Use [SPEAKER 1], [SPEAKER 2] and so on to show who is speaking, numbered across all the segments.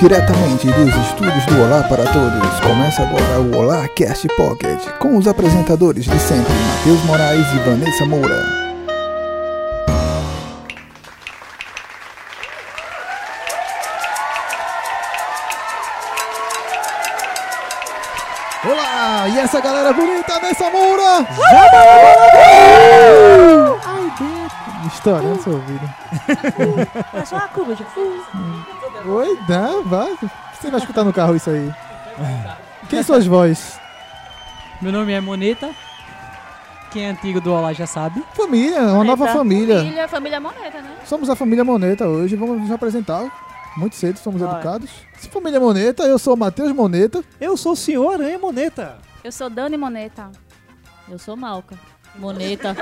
[SPEAKER 1] Diretamente dos estúdios do Olá para Todos, começa agora o Olá Cast Pocket, com os apresentadores de sempre, Matheus Moraes e Vanessa Moura. Olá, e essa galera bonita, Vanessa Moura! Estourando seu ouvido.
[SPEAKER 2] Passou uma curva, já.
[SPEAKER 1] Oi, dá, vai. Você vai escutar no carro isso aí. Quem são as vozes?
[SPEAKER 3] Meu nome é Moneta. Quem é antigo do Olá já sabe.
[SPEAKER 1] Família, uma nova família.
[SPEAKER 2] Família, família Moneta, né?
[SPEAKER 1] Somos a família Moneta hoje, vamos nos apresentar. Muito cedo, somos
[SPEAKER 3] Bora.
[SPEAKER 1] educados. Se família Moneta, eu sou o Matheus Moneta.
[SPEAKER 4] Eu sou o senhor Aranha Moneta.
[SPEAKER 2] Eu sou Dani Moneta. Eu sou Malca.
[SPEAKER 5] Moneta.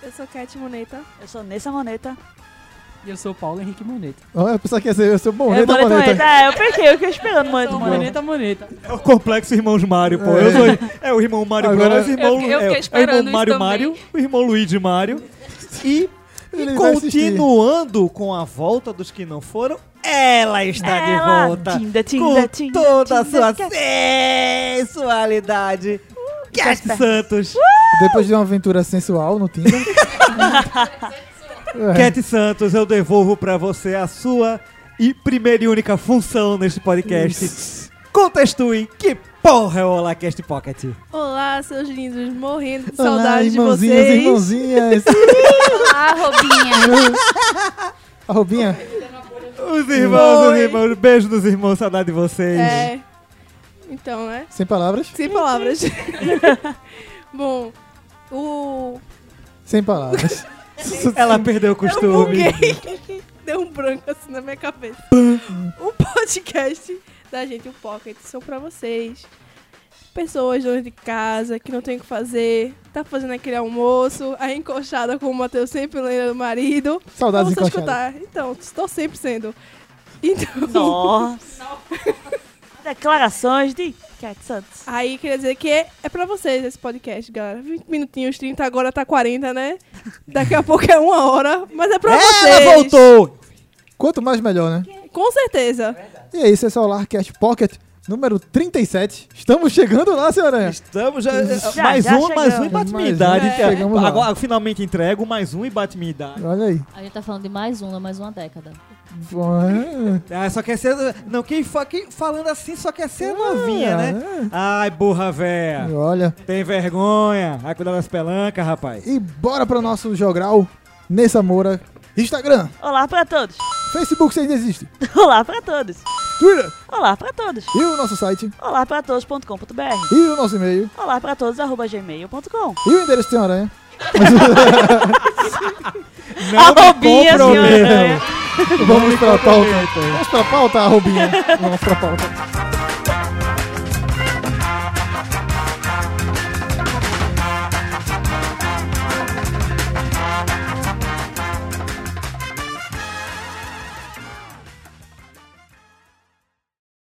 [SPEAKER 6] Eu sou Cat Moneta.
[SPEAKER 7] Eu sou Nessa Moneta.
[SPEAKER 3] E eu sou Paulo Henrique Moneta.
[SPEAKER 1] Olha, pensar que ia ser eu sou Moneta, Moneta.
[SPEAKER 7] É, eu peguei, eu fiquei esperando Moneta, Moneta.
[SPEAKER 3] Moneta, Moneta.
[SPEAKER 4] É o complexo irmão de Mário, pô.
[SPEAKER 1] É.
[SPEAKER 4] Eu sou, é o irmão Mário
[SPEAKER 1] Agora-
[SPEAKER 4] Bros, o irmão,
[SPEAKER 6] Eu- eu fiquei
[SPEAKER 4] é, é o
[SPEAKER 6] esperando
[SPEAKER 4] irmão
[SPEAKER 6] isso
[SPEAKER 4] Mário
[SPEAKER 6] também.
[SPEAKER 4] Mário, o irmão Luigi Mário. E, e
[SPEAKER 1] Ele vai assistir.
[SPEAKER 4] continuando com a volta dos que não foram, ela está
[SPEAKER 6] É.
[SPEAKER 7] Ela,
[SPEAKER 4] de volta.
[SPEAKER 7] Tinda,
[SPEAKER 4] com
[SPEAKER 7] tinda, tinda.
[SPEAKER 4] toda a
[SPEAKER 7] tinda,
[SPEAKER 4] sua
[SPEAKER 7] tinda.
[SPEAKER 4] sensualidade.
[SPEAKER 6] Uh,
[SPEAKER 4] Cat Santos.
[SPEAKER 1] Depois de uma aventura sensual no Tinder. é.
[SPEAKER 4] Cat Santos, eu devolvo pra você a sua e primeira e única função neste podcast. Contextuem que porra é o Olá Cast Pocket.
[SPEAKER 6] Olá, seus lindos, morrendo de
[SPEAKER 1] Olá,
[SPEAKER 6] saudade de
[SPEAKER 1] irmãozinhos,
[SPEAKER 6] vocês.
[SPEAKER 1] irmãozinhas.
[SPEAKER 2] Olá, Robinha.
[SPEAKER 1] a Robinha,
[SPEAKER 4] Os irmãos, os
[SPEAKER 6] Oi.
[SPEAKER 4] irmãos, beijo dos irmãos, saudade de vocês.
[SPEAKER 6] É. Então, né?
[SPEAKER 1] sem palavras?
[SPEAKER 6] Sem palavras. Bom, o.
[SPEAKER 1] Sem palavras.
[SPEAKER 4] Ela perdeu o
[SPEAKER 6] Eu
[SPEAKER 4] costume.
[SPEAKER 6] buguei. Deu um branco assim na minha cabeça. O podcast da gente, o Pocket, são pra vocês. Pessoas donas de casa, que não tem o que fazer, tá fazendo aquele almoço, a encoxada como o Matheus sempre lembra do marido.
[SPEAKER 1] Saudades
[SPEAKER 6] Vamos
[SPEAKER 1] encostadas.
[SPEAKER 6] escutar. Então, estou sempre sendo. Então,
[SPEAKER 7] Nossa. Declarações de Cat Santos.
[SPEAKER 6] aí queria dizer que é pra vocês esse podcast, galera. 20 minutinhos, 30, agora tá 40, né? Daqui a pouco é uma hora, mas é pra vocês.
[SPEAKER 4] Ela voltou!
[SPEAKER 1] Quanto mais melhor, né?
[SPEAKER 6] Com certeza.
[SPEAKER 1] E é isso, esse é o Larcast Pocket número 37. Estamos chegando lá, senhora. Aranha.
[SPEAKER 4] Estamos já.
[SPEAKER 7] Já,
[SPEAKER 4] mais
[SPEAKER 7] já
[SPEAKER 4] um, mais um e
[SPEAKER 7] chegamos.
[SPEAKER 4] bate minha
[SPEAKER 1] Mais um,
[SPEAKER 4] idade.
[SPEAKER 1] é. chegamos lá.
[SPEAKER 4] Agora finalmente entrego mais um e bate minha idade.
[SPEAKER 1] Olha aí.
[SPEAKER 5] A gente tá falando de mais uma, mais uma década.
[SPEAKER 1] Boa.
[SPEAKER 4] Ah, só quer ser. Não, quem, fa- quem falando assim só quer ser novinha, né?
[SPEAKER 1] Ah,
[SPEAKER 4] Ai, burra
[SPEAKER 1] é.
[SPEAKER 4] véia.
[SPEAKER 1] Olha.
[SPEAKER 4] Tem vergonha. Vai cuidar das pelancas, rapaz.
[SPEAKER 1] E bora para o nosso jogral Nessa Moura. Instagram,
[SPEAKER 7] Olá pra todos.
[SPEAKER 1] Facebook, vocês existem.
[SPEAKER 7] Olá pra todos.
[SPEAKER 1] Twitter.
[SPEAKER 7] Olá pra todos.
[SPEAKER 1] E o nosso site.
[SPEAKER 7] Olá pra todos.com.br.
[SPEAKER 1] E o nosso e-mail.
[SPEAKER 7] Olá pra todos, arroba gmail.com.
[SPEAKER 1] E o endereço de Senhora Aranha.
[SPEAKER 4] Não me
[SPEAKER 7] Arrobinha,
[SPEAKER 4] comprometam.
[SPEAKER 7] senhora.
[SPEAKER 1] Vamos pra pauta.
[SPEAKER 4] comprometam.
[SPEAKER 1] Vamos pra pauta, Robinha. Vamos pra pauta.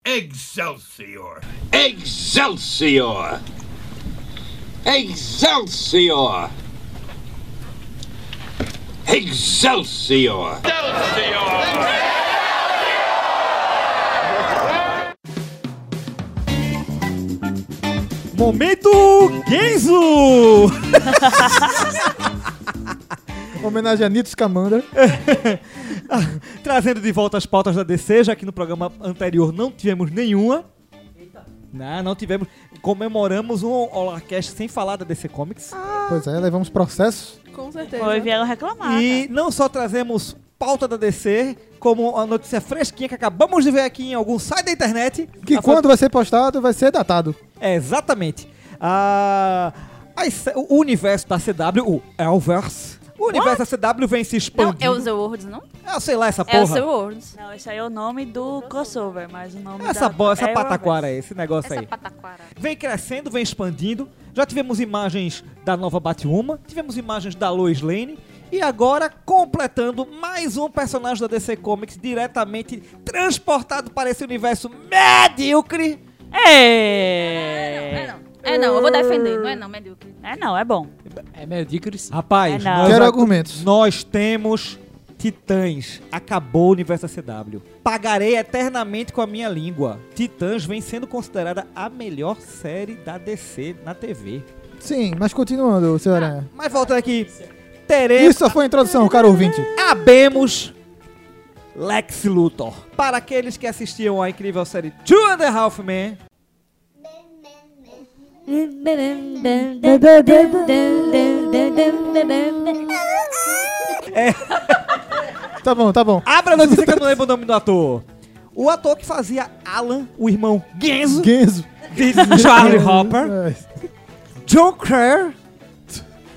[SPEAKER 8] Excelsior! Excelsior! Excelsior! Excelsior!
[SPEAKER 4] Momento Genzo!
[SPEAKER 1] Homenagem a Nito Scamander.
[SPEAKER 4] Ah, Trazendo de volta as pautas da DC, já que no programa anterior não tivemos nenhuma. Não, não tivemos. Comemoramos um Olarcast sem falar da DC Comics.
[SPEAKER 1] Pois é, levamos processo.
[SPEAKER 6] Com certeza.
[SPEAKER 7] Oi, vieram reclamar. né?
[SPEAKER 4] e não só trazemos pauta da DC, como a notícia fresquinha que acabamos de ver aqui em algum site da internet.
[SPEAKER 1] Que
[SPEAKER 4] A
[SPEAKER 1] quando vai ser postado, vai ser datado.
[SPEAKER 4] É, exatamente. A- as- o universo da CW, o Elverse. O universo da CW vem se
[SPEAKER 2] Não, é
[SPEAKER 4] expandindo.
[SPEAKER 2] o The Words, não?
[SPEAKER 4] Ah, sei lá essa
[SPEAKER 2] É o
[SPEAKER 4] porra.
[SPEAKER 2] The Words.
[SPEAKER 7] Não, esse aí é o nome do crossover, mas o nome
[SPEAKER 4] Essa,
[SPEAKER 7] da...
[SPEAKER 4] bo- essa
[SPEAKER 7] é o
[SPEAKER 4] pataquara aí, esse negócio
[SPEAKER 2] Essa
[SPEAKER 4] aí.
[SPEAKER 2] pataquara.
[SPEAKER 4] Vem crescendo, vem expandindo. Já tivemos imagens da nova Batwoman, tivemos imagens da Lois Lane. E agora, completando mais um personagem da DC Comics diretamente transportado para esse universo medíocre.
[SPEAKER 7] É!
[SPEAKER 2] É não, eu vou defender. Não é não, medíocre.
[SPEAKER 7] É não, é bom.
[SPEAKER 3] É medíocre sim.
[SPEAKER 4] Rapaz,
[SPEAKER 7] É não.
[SPEAKER 4] nós,
[SPEAKER 1] Quero argumentos.
[SPEAKER 4] nós temos Titãs, acabou o universo da CW. Pagarei eternamente com a minha língua. Titãs vem sendo considerada a melhor série da DC na TV.
[SPEAKER 1] Sim, mas continuando, senhora.
[SPEAKER 4] Mas voltando aqui, teremos,
[SPEAKER 1] Isso só foi a introdução, cara ouvinte.
[SPEAKER 4] abemos Lex Luthor. Para aqueles que assistiam à incrível série Two and a Half Men,
[SPEAKER 1] Tá bom, tá bom.
[SPEAKER 4] abra a notícia que eu não lembro o nome do ator. O ator que fazia Alan, o irmão Genzo,
[SPEAKER 1] Genzo.
[SPEAKER 4] de Charlie Hopper,
[SPEAKER 1] É.
[SPEAKER 4] John Cryer,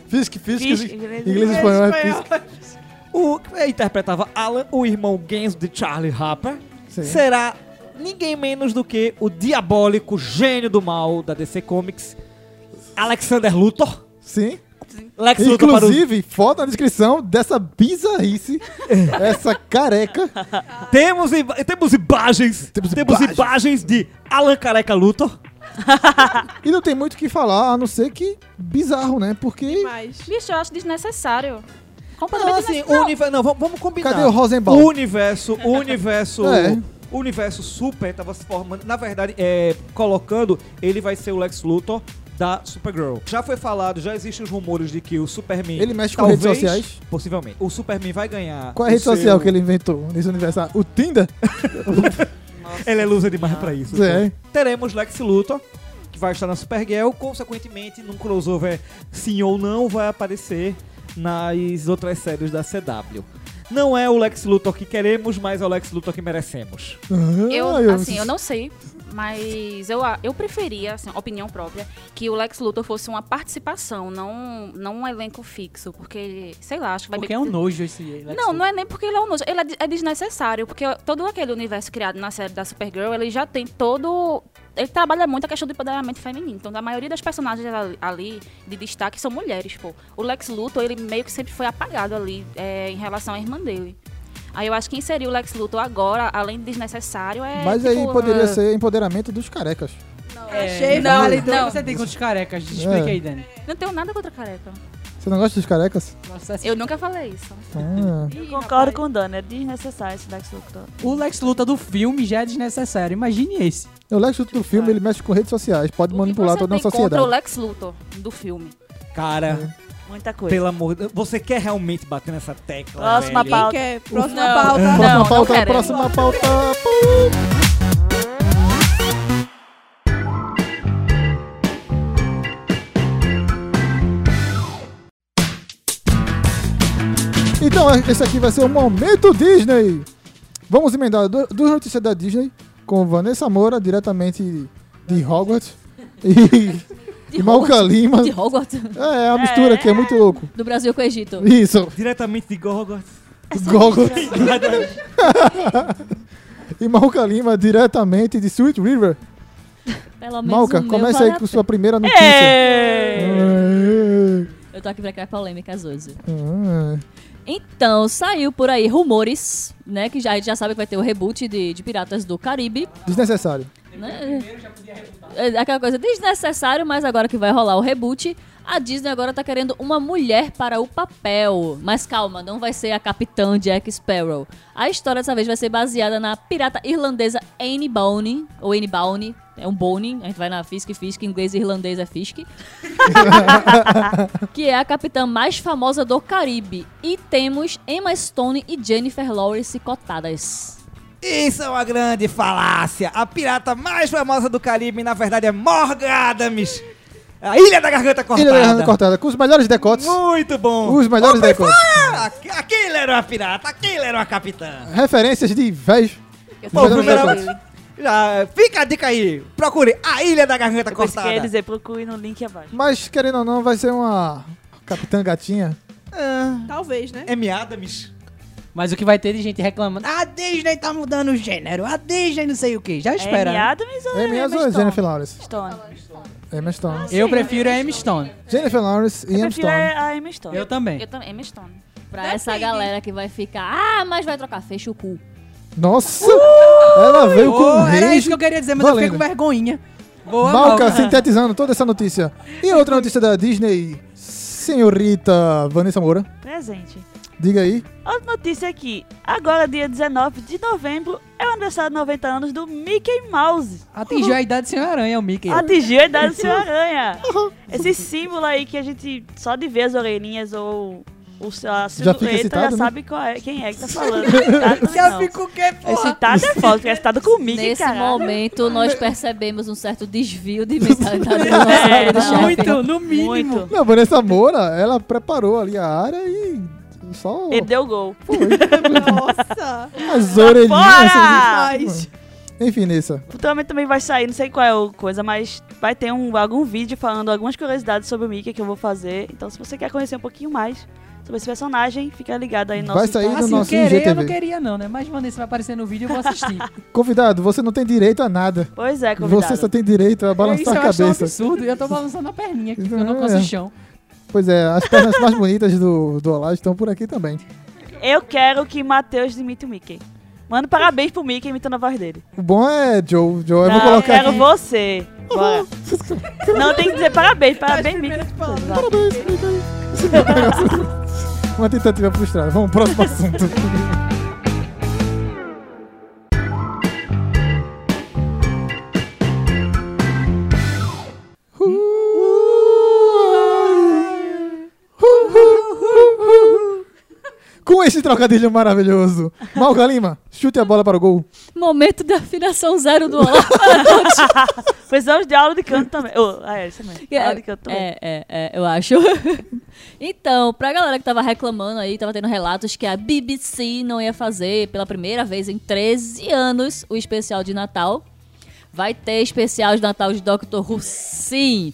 [SPEAKER 1] Física, física,
[SPEAKER 7] Física,
[SPEAKER 1] inglês,
[SPEAKER 7] inglês,
[SPEAKER 1] inglês
[SPEAKER 6] É
[SPEAKER 1] espanhol, é
[SPEAKER 6] espanhol.
[SPEAKER 1] física.
[SPEAKER 4] o que interpretava Alan, o irmão Genzo de Charlie Hopper,
[SPEAKER 1] Sim.
[SPEAKER 4] será ninguém menos do que o diabólico gênio do mal da DC Comics, Alexander Luthor.
[SPEAKER 1] Sim.
[SPEAKER 4] Lex Luthor para os
[SPEAKER 1] Inclusive, foto na descrição dessa bizarrice, essa careca.
[SPEAKER 4] Temos, ima- temos imagens.
[SPEAKER 1] Temos
[SPEAKER 4] Temos,
[SPEAKER 1] imagens.
[SPEAKER 4] imagens. de Alan Careca Luthor.
[SPEAKER 1] E não tem muito o que falar, a não ser que bizarro, né? Porque.
[SPEAKER 6] Mas.
[SPEAKER 2] Bicho, eu acho desnecessário.
[SPEAKER 4] Não,
[SPEAKER 2] Completamente
[SPEAKER 4] assim, o
[SPEAKER 2] desnecessário.
[SPEAKER 4] universo. Não, vamos, vamos combinar.
[SPEAKER 1] Cadê o Rosenbaum?
[SPEAKER 4] O universo, o universo.
[SPEAKER 1] É.
[SPEAKER 4] O universo super tava se formando. Na verdade, é, colocando, ele vai ser o Lex Luthor da Supergirl. Já foi falado, já existem os rumores de que o Superman.
[SPEAKER 1] Ele mexe com redes sociais?
[SPEAKER 4] Possivelmente. O Superman vai ganhar.
[SPEAKER 1] Qual é a
[SPEAKER 4] o
[SPEAKER 1] rede social
[SPEAKER 4] seu-
[SPEAKER 1] que ele inventou nesse aniversário? O Tinder?
[SPEAKER 4] Ele é loser demais pra isso.
[SPEAKER 1] É.
[SPEAKER 4] teremos Lex Luthor, que vai estar na Supergirl, consequentemente, num crossover sim ou não, vai aparecer nas outras séries da CW. Não é o Lex Luthor que queremos, mas é o Lex Luthor que merecemos.
[SPEAKER 1] Ah,
[SPEAKER 2] Eu, assim, eu não sei, mas eu, a- eu preferia, assim, opinião própria, que o Lex Luthor fosse uma participação, não, não um elenco fixo, porque, sei lá, acho que vai
[SPEAKER 3] Porque é um nojo esse Lex
[SPEAKER 2] Não, não é nem porque ele é um nojo, ele é de- é desnecessário, porque todo aquele universo criado na série da Supergirl, ele já tem todo... Ele trabalha muito a questão do empoderamento feminino, então a maioria das personagens ali- ali de destaque são mulheres, pô. O Lex Luthor, ele meio que sempre foi apagado ali é, em relação à irmã dele. Aí eu acho que inserir o Lex Luthor agora, além de desnecessário, é.
[SPEAKER 1] Mas aí
[SPEAKER 2] tipo,
[SPEAKER 1] poderia
[SPEAKER 2] ah,
[SPEAKER 1] ser empoderamento dos carecas.
[SPEAKER 3] É,
[SPEAKER 6] Achei
[SPEAKER 2] é não,
[SPEAKER 6] válido.
[SPEAKER 2] não.
[SPEAKER 3] Você tem quantos carecas? Explica
[SPEAKER 1] É.
[SPEAKER 3] aí, Dani.
[SPEAKER 2] Não tenho nada contra careca.
[SPEAKER 1] Você não gosta dos carecas?
[SPEAKER 3] Nossa, assim,
[SPEAKER 2] Eu nunca falei isso.
[SPEAKER 1] Ah.
[SPEAKER 7] Eu concordo com o Dani, é desnecessário esse Lex Luthor.
[SPEAKER 3] O Lex Luthor do filme já é desnecessário. Imagine esse.
[SPEAKER 1] O Lex Luthor do filme, ele mexe com redes sociais, pode manipular
[SPEAKER 2] o que você
[SPEAKER 1] toda a
[SPEAKER 2] tem contra o
[SPEAKER 1] sociedade.
[SPEAKER 2] Lex Luthor do filme.
[SPEAKER 4] Cara,
[SPEAKER 7] Muita coisa.
[SPEAKER 4] pelo amor de Você quer realmente bater nessa tecla?
[SPEAKER 7] Próxima
[SPEAKER 4] velho?
[SPEAKER 6] Quem
[SPEAKER 7] pauta.
[SPEAKER 6] quer? é Próxima
[SPEAKER 2] Não.
[SPEAKER 6] pauta. né?
[SPEAKER 1] Próxima
[SPEAKER 2] Não,
[SPEAKER 1] pauta,
[SPEAKER 2] não quero.
[SPEAKER 1] próxima pauta. Então, esse aqui vai ser o Momento Disney. Vamos emendar du- duas notícias da Disney com Vanessa Moura, diretamente de Hogwarts. E, e Malca Lima.
[SPEAKER 5] De Hogwarts.
[SPEAKER 1] É, é uma mistura que é muito louco.
[SPEAKER 5] Do Brasil com o Egito. É
[SPEAKER 1] Isso.
[SPEAKER 4] Diretamente de Gorgoth.
[SPEAKER 1] Gogos. e Malca Lima, diretamente de Sweet River.
[SPEAKER 5] Pelo menos
[SPEAKER 1] Malca,
[SPEAKER 5] o meu
[SPEAKER 1] começa
[SPEAKER 5] vale
[SPEAKER 1] aí
[SPEAKER 5] a
[SPEAKER 1] com
[SPEAKER 5] pena.
[SPEAKER 1] sua primeira notícia. Aê.
[SPEAKER 5] Eu tô aqui pra criar polêmicas hoje.
[SPEAKER 1] Ah,
[SPEAKER 5] Então, saiu por aí rumores, né? Que já, a gente já sabe que vai ter o reboot de, de Piratas do Caribe.
[SPEAKER 1] Desnecessário.
[SPEAKER 5] né? É Aquela coisa desnecessário, mas agora que vai rolar o reboot, a Disney agora tá querendo uma mulher para o papel. Mas calma, não vai ser a capitã Jack Sparrow. A história dessa vez vai ser baseada na pirata irlandesa Anne Bowney, ou Anne Bowney, é um Bowney, a gente vai na Fisk Fisk, em inglês e irlandês é Fisk. que é a capitã mais famosa do Caribe. E temos Emma Stone e Jennifer Lawrence cotadas.
[SPEAKER 4] Isso é uma grande falácia. A pirata mais famosa do Caribe, na verdade, é Morgan Adams. A Ilha da Garganta Cortada.
[SPEAKER 1] Ilha da Garganta Cortada, com os melhores decotes.
[SPEAKER 4] Muito bom.
[SPEAKER 1] Os melhores
[SPEAKER 4] Opa, e
[SPEAKER 1] decotes.
[SPEAKER 4] fora! Aqu- Aquele era uma pirata, aquele era uma capitã.
[SPEAKER 1] Referências de véis. Os
[SPEAKER 4] Bom,
[SPEAKER 1] melhores decotes.
[SPEAKER 4] primeira... Já, fica a dica aí. Procure a Ilha da Garganta
[SPEAKER 7] Eu pensei É que
[SPEAKER 4] Cortada.
[SPEAKER 7] ia dizer, procure no link abaixo.
[SPEAKER 1] Mas, querendo ou não, vai ser uma Capitã Gatinha.
[SPEAKER 4] Ah,
[SPEAKER 6] Talvez, né?
[SPEAKER 4] é miadamis.
[SPEAKER 3] Mas o que vai ter de gente reclamando? A Disney tá mudando o gênero. A Disney não sei o que. Já espera.
[SPEAKER 7] É
[SPEAKER 3] né?
[SPEAKER 7] Adams ou
[SPEAKER 1] É
[SPEAKER 7] Emma
[SPEAKER 1] minha ou
[SPEAKER 7] Stone?
[SPEAKER 1] Jennifer Lawrence?
[SPEAKER 7] Stone.
[SPEAKER 1] Emma Stone.
[SPEAKER 3] Eu prefiro a Emma Stone.
[SPEAKER 1] Jennifer Lawrence
[SPEAKER 5] É
[SPEAKER 1] e
[SPEAKER 7] Eu
[SPEAKER 1] Emma
[SPEAKER 7] prefiro
[SPEAKER 1] Stone.
[SPEAKER 7] é a Emma Stone.
[SPEAKER 3] Eu também.
[SPEAKER 2] Eu também, Emma Stone.
[SPEAKER 5] Pra essa galera que vai ficar, ah, mas vai trocar, fecha o cu.
[SPEAKER 1] Nossa! Ela veio com um
[SPEAKER 3] Oh, era isso
[SPEAKER 1] rage.
[SPEAKER 3] que eu queria dizer, mas eu
[SPEAKER 1] Valendo.
[SPEAKER 3] fiquei com vergonhinha. Boa,
[SPEAKER 1] Malca sintetizando toda essa notícia. E outra notícia da Disney, senhorita Vanessa Moura,
[SPEAKER 7] Presente.
[SPEAKER 1] Diga aí.
[SPEAKER 7] Outra notícia aqui. Agora, dia 19 de novembro, é o aniversário de 90 anos do Mickey Mouse.
[SPEAKER 3] Atingiu a idade do Senhor Aranha, o Mickey.
[SPEAKER 2] Ah,
[SPEAKER 7] Atingiu a idade do Senhor Aranha. Esse símbolo aí que a gente só de ver as orelhinhas ou o, a silhueta já,
[SPEAKER 1] excitado, né?
[SPEAKER 7] sabe qual é- quem é que tá falando. Excitado não.
[SPEAKER 3] o quê,
[SPEAKER 7] Excitado é foda, fica excitado com o Mickey,
[SPEAKER 5] Nesse
[SPEAKER 7] caralho.
[SPEAKER 5] momento, nós percebemos um certo desvio de mentalidade do nosso
[SPEAKER 7] É,
[SPEAKER 5] amigo chefe.
[SPEAKER 3] Muito, no mínimo.
[SPEAKER 7] Muito.
[SPEAKER 1] Não, Vanessa Moura, ela preparou ali a área e só
[SPEAKER 7] Ele deu gol.
[SPEAKER 2] É
[SPEAKER 6] Nossa!
[SPEAKER 1] as orelhinhas.
[SPEAKER 7] Bora!
[SPEAKER 1] assim, Enfim, Nessa.
[SPEAKER 7] Futuramente também vai sair, não sei qual é a coisa, mas vai ter um, algum vídeo falando algumas curiosidades sobre o Mickey que eu vou fazer. Então, se você quer conhecer um pouquinho mais sobre esse personagem, fica ligado aí no
[SPEAKER 1] Vai
[SPEAKER 7] nosso
[SPEAKER 1] sair
[SPEAKER 7] Instagram.
[SPEAKER 1] no
[SPEAKER 3] Assim,
[SPEAKER 1] nosso
[SPEAKER 3] querer eu não
[SPEAKER 1] IGTV.
[SPEAKER 3] queria não, né? Mas, mano, isso vai aparecer no vídeo e eu vou assistir.
[SPEAKER 1] Convidado, você não tem direito a nada.
[SPEAKER 7] Pois é,
[SPEAKER 1] Você
[SPEAKER 7] convidado.
[SPEAKER 1] só tem direito a
[SPEAKER 3] isso
[SPEAKER 1] balançar
[SPEAKER 3] eu
[SPEAKER 1] a
[SPEAKER 3] acho um
[SPEAKER 1] cabeça.
[SPEAKER 3] absurdo. e Eu tô balançando a perninha aqui, porque
[SPEAKER 1] Não,
[SPEAKER 3] eu não consigo
[SPEAKER 1] é.
[SPEAKER 3] chão.
[SPEAKER 1] Pois é, as pernas mais bonitas do, do Olá estão por aqui também.
[SPEAKER 7] Eu quero que Matheus imite o Mickey. Manda parabéns pro Mickey imitando a voz dele.
[SPEAKER 1] O bom é Joe. Joe, eu
[SPEAKER 7] não,
[SPEAKER 1] vou colocar
[SPEAKER 7] quero
[SPEAKER 1] aqui.
[SPEAKER 7] você. Bora. não, tem que dizer parabéns, parabéns, Mickey.
[SPEAKER 6] Primeiras palavras.
[SPEAKER 1] Parabéns, parabéns. Uma tentativa frustrada. Vamos pro próximo assunto. Com esse trocadilho maravilhoso, Malca Lima, chute a bola para o gol.
[SPEAKER 5] Momento da afinação zero do Olá.
[SPEAKER 7] Precisamos de aula de canto também. Oh, ah, é, isso mesmo. Aula de canto também.
[SPEAKER 5] É, é, é, eu acho. então, pra galera que tava reclamando aí, tava tendo relatos que a BBC não ia fazer pela primeira vez em 13 anos o especial de Natal. Vai ter especial de Natal de Doctor Who, sim.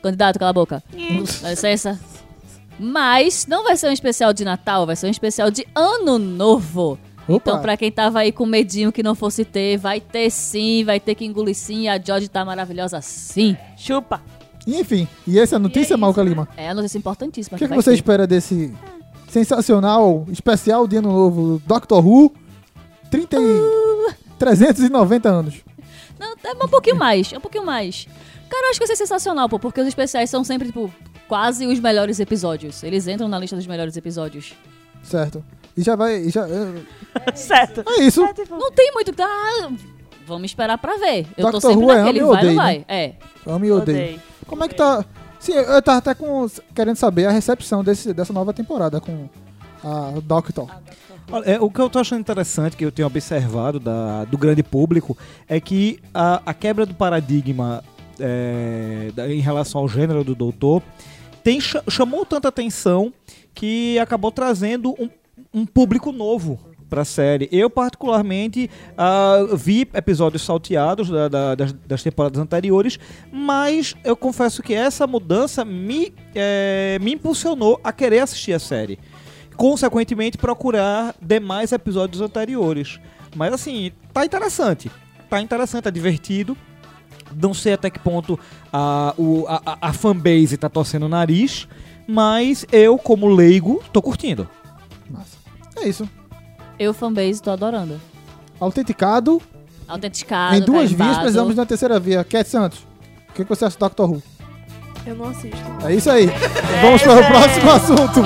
[SPEAKER 5] Candidato, cala a boca. Dá licença. Mas não vai ser um especial de Natal, vai ser um especial de Ano Novo. Então, pra quem tava aí com medinho que não fosse ter, vai ter sim, vai ter que engolir sim. A George tá maravilhosa sim.
[SPEAKER 7] Chupa.
[SPEAKER 1] E enfim, e essa é a notícia, Malca Lima?
[SPEAKER 5] É a notícia importantíssima.
[SPEAKER 1] O que, que
[SPEAKER 5] vai
[SPEAKER 1] você
[SPEAKER 5] ter.
[SPEAKER 1] espera desse sensacional especial de ano novo Doctor Who? 30 e... 390 anos.
[SPEAKER 5] Não, é um pouquinho mais, é um pouquinho mais. Cara, eu acho que isso é sensacional, pô, porque os especiais são sempre, tipo, quase os melhores episódios. Eles entram na lista dos melhores episódios.
[SPEAKER 1] Certo. E já vai. e já- é-
[SPEAKER 7] Certo.
[SPEAKER 1] é isso.
[SPEAKER 7] É, tipo,
[SPEAKER 5] Não tem muito. que tá, Ah, vamos esperar pra ver. Eu tô
[SPEAKER 1] Doctor
[SPEAKER 5] sempre
[SPEAKER 1] Who é
[SPEAKER 5] naquele,
[SPEAKER 1] ame ou
[SPEAKER 5] vai ou não vai.
[SPEAKER 1] odeie,
[SPEAKER 5] É.
[SPEAKER 1] Amo e odeio.
[SPEAKER 7] odeio.
[SPEAKER 1] Como é que tá. Sim, eu eu tava até com, querendo saber a recepção desse, dessa nova temporada com a Doctor.
[SPEAKER 4] Olha, é, o que eu tô achando interessante, que eu tenho observado da- do grande público, é que a, a quebra do paradigma é, da- em relação ao gênero do doutor tem cha- chamou tanta atenção que acabou trazendo um, um público novo pra série. Eu, particularmente, ah, vi episódios salteados da- da- das, das temporadas anteriores, mas eu confesso que essa mudança me, eh, me impulsionou a querer assistir a série consequentemente procurar demais episódios anteriores. Mas assim, tá interessante. Tá interessante, tá divertido. Não sei até que ponto a, o, a, a- a fanbase tá torcendo o nariz, mas eu, como leigo, tô curtindo.
[SPEAKER 1] Massa. É isso.
[SPEAKER 5] Eu, fanbase, tô adorando.
[SPEAKER 1] Autenticado.
[SPEAKER 5] Autenticado,
[SPEAKER 1] em duas vias,
[SPEAKER 5] carimbado.
[SPEAKER 1] precisamos da terceira via. Cat Santos, o que que você acha do Doctor Who?
[SPEAKER 6] Eu não assisto.
[SPEAKER 1] É isso aí. Vamos para o próximo assunto.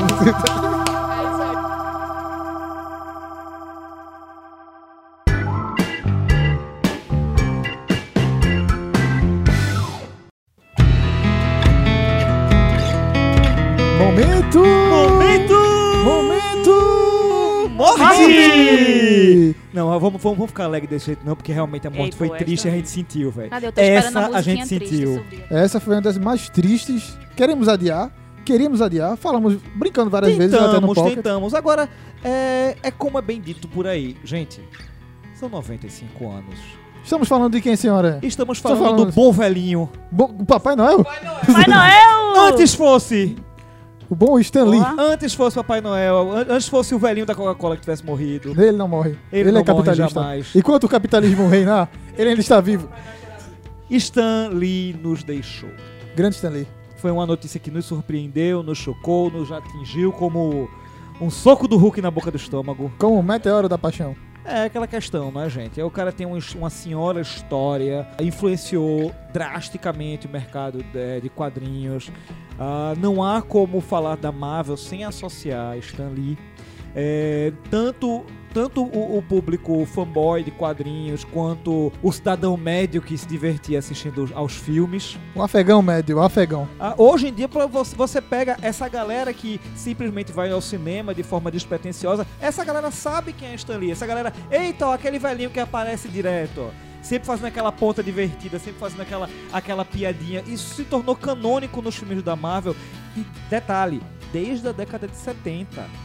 [SPEAKER 1] Momento! Momento! Momento! Morte!
[SPEAKER 4] Não, vamos, vamos, vamos ficar alegre desse jeito, não, porque realmente a morte
[SPEAKER 7] Ei,
[SPEAKER 4] foi
[SPEAKER 7] pô,
[SPEAKER 4] triste e a
[SPEAKER 7] essa-
[SPEAKER 4] gente sentiu, velho.
[SPEAKER 2] Cadê? Eu tô esperando
[SPEAKER 4] Essa
[SPEAKER 2] a
[SPEAKER 4] a gente
[SPEAKER 2] musiquinha triste
[SPEAKER 4] sentiu.
[SPEAKER 2] subir.
[SPEAKER 1] Essa foi uma das mais tristes. Queremos adiar, queríamos adiar, falamos brincando várias vezes até no
[SPEAKER 4] Tentamos,
[SPEAKER 1] pocket.
[SPEAKER 4] tentamos. Agora, é, é como é bem dito por aí. Gente, são 95 anos.
[SPEAKER 1] Estamos falando de quem, senhora?
[SPEAKER 4] Estamos
[SPEAKER 1] Tô
[SPEAKER 4] falando,
[SPEAKER 1] falando.
[SPEAKER 4] do bom velhinho.
[SPEAKER 1] Bom, o Papai Noel?
[SPEAKER 7] Mas não é o...
[SPEAKER 1] Ah.
[SPEAKER 4] Antes fosse,
[SPEAKER 1] O bom Stan Lee.
[SPEAKER 7] Porra.
[SPEAKER 4] antes fosse Papai Noel, an- antes fosse o velhinho da Coca-Cola que tivesse morrido.
[SPEAKER 1] Ele não morre.
[SPEAKER 4] Ele
[SPEAKER 1] Ele,
[SPEAKER 4] não
[SPEAKER 1] é
[SPEAKER 4] morre
[SPEAKER 1] capitalista.
[SPEAKER 4] jamais.
[SPEAKER 1] Enquanto o capitalismo reinar, ele ainda está vivo.
[SPEAKER 4] Stan Lee nos deixou.
[SPEAKER 1] Grande Stan Lee.
[SPEAKER 4] Foi uma notícia que nos surpreendeu, nos chocou, nos atingiu como um soco do Hulk na boca do estômago.
[SPEAKER 1] Como o meteoro da paixão.
[SPEAKER 4] É aquela questão, né, gente? Aí o cara tem um his- uma senhora história, influenciou drasticamente o mercado de, de quadrinhos. Ah, não há como falar da Marvel sem associar Stan Lee. É, tanto tanto o, o público fanboy de quadrinhos quanto o cidadão médio que se divertia assistindo aos filmes.
[SPEAKER 1] Um afegão médio, um afegão.
[SPEAKER 4] Ah, Hoje em dia, pra você você pega essa galera que simplesmente vai ao cinema de forma despretensiosa, essa galera sabe quem é Stan Lee. Essa galera, eita, ó, aquele velhinho que aparece direto. ó. Sempre fazendo aquela ponta divertida, sempre fazendo aquela, aquela piadinha. Isso se tornou canônico nos filmes da Marvel. E detalhe, desde a década de 70.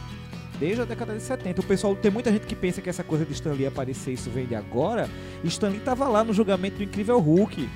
[SPEAKER 4] Desde a década de 70. O pessoal, tem muita gente que pensa que essa coisa de Stan Lee aparecer, isso vem de agora. Stan Lee tava lá no julgamento do Incrível Hulk.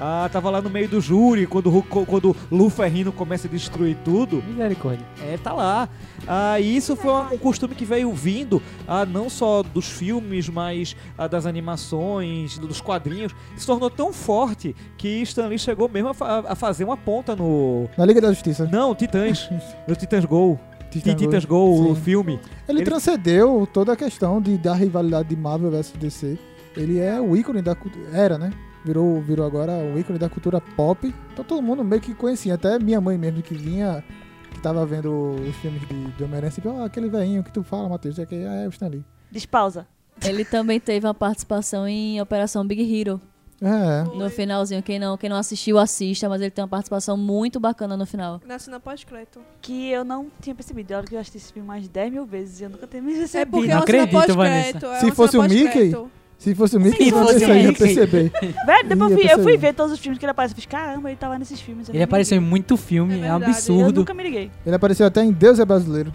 [SPEAKER 4] Ah, tava lá no meio do júri quando o Hulk- quando o Luferrino começa a destruir tudo.
[SPEAKER 3] Misericórdia.
[SPEAKER 4] É, tá lá. Ah, e isso foi uma- um costume que veio vindo, ah, não só dos filmes, mas ah, das animações, do- dos quadrinhos. Se tornou tão forte que Stan Lee chegou mesmo a, fa- a fazer uma ponta no.
[SPEAKER 1] Na Liga da Justiça.
[SPEAKER 4] Não, Titãs. No Titãs Go.
[SPEAKER 1] Titan
[SPEAKER 4] Titãs
[SPEAKER 1] Gold.
[SPEAKER 4] Go, o
[SPEAKER 1] Sim.
[SPEAKER 4] filme.
[SPEAKER 1] Ele,
[SPEAKER 4] Ele-
[SPEAKER 1] transcendeu toda a questão de, da rivalidade de Marvel vs DC. Ele é o ícone da cultura. Era, né? Virou, virou agora o ícone da cultura pop. Então todo mundo meio que conhecia. Até minha mãe mesmo que vinha, que tava vendo os filmes de, de Homem-Aranha, sempre, ó, aquele velhinho que tu fala, Matheus, é que é o Stan Lee.
[SPEAKER 7] Despausa.
[SPEAKER 5] Ele também teve uma participação em Operação Big Hero.
[SPEAKER 1] É.
[SPEAKER 5] No finalzinho, quem não, quem não assistiu, assista, mas ele tem uma participação muito bacana no final.
[SPEAKER 6] Na cena pós-crédito.
[SPEAKER 7] Que eu não tinha percebido. É hora que eu assisti esse filme mais de 10 mil vezes e eu nunca tinha me
[SPEAKER 6] É
[SPEAKER 7] recebido.
[SPEAKER 6] porque
[SPEAKER 3] não
[SPEAKER 6] é uma cena
[SPEAKER 3] acredito,
[SPEAKER 6] pós-créito. é
[SPEAKER 1] Se
[SPEAKER 6] uma
[SPEAKER 1] fosse
[SPEAKER 6] cena
[SPEAKER 1] o Mickey,
[SPEAKER 6] pós-créito.
[SPEAKER 1] Se fosse o Mickey,
[SPEAKER 7] Se fosse
[SPEAKER 1] você
[SPEAKER 7] o
[SPEAKER 1] ia
[SPEAKER 3] Mickey.
[SPEAKER 1] perceber.
[SPEAKER 7] Velho, depois eu
[SPEAKER 1] Ia
[SPEAKER 7] fui, eu fui
[SPEAKER 1] perceber.
[SPEAKER 7] ver todos os filmes que ele aparece. Eu fiz, caramba, ele tava nesses filmes. eu
[SPEAKER 3] Ele
[SPEAKER 7] nem
[SPEAKER 3] apareceu em muito filme,
[SPEAKER 6] É
[SPEAKER 3] é, um
[SPEAKER 6] verdade,
[SPEAKER 7] me liguei. Eu
[SPEAKER 3] absurdo.
[SPEAKER 7] nunca me liguei.
[SPEAKER 1] Ele apareceu até em Deus é Brasileiro.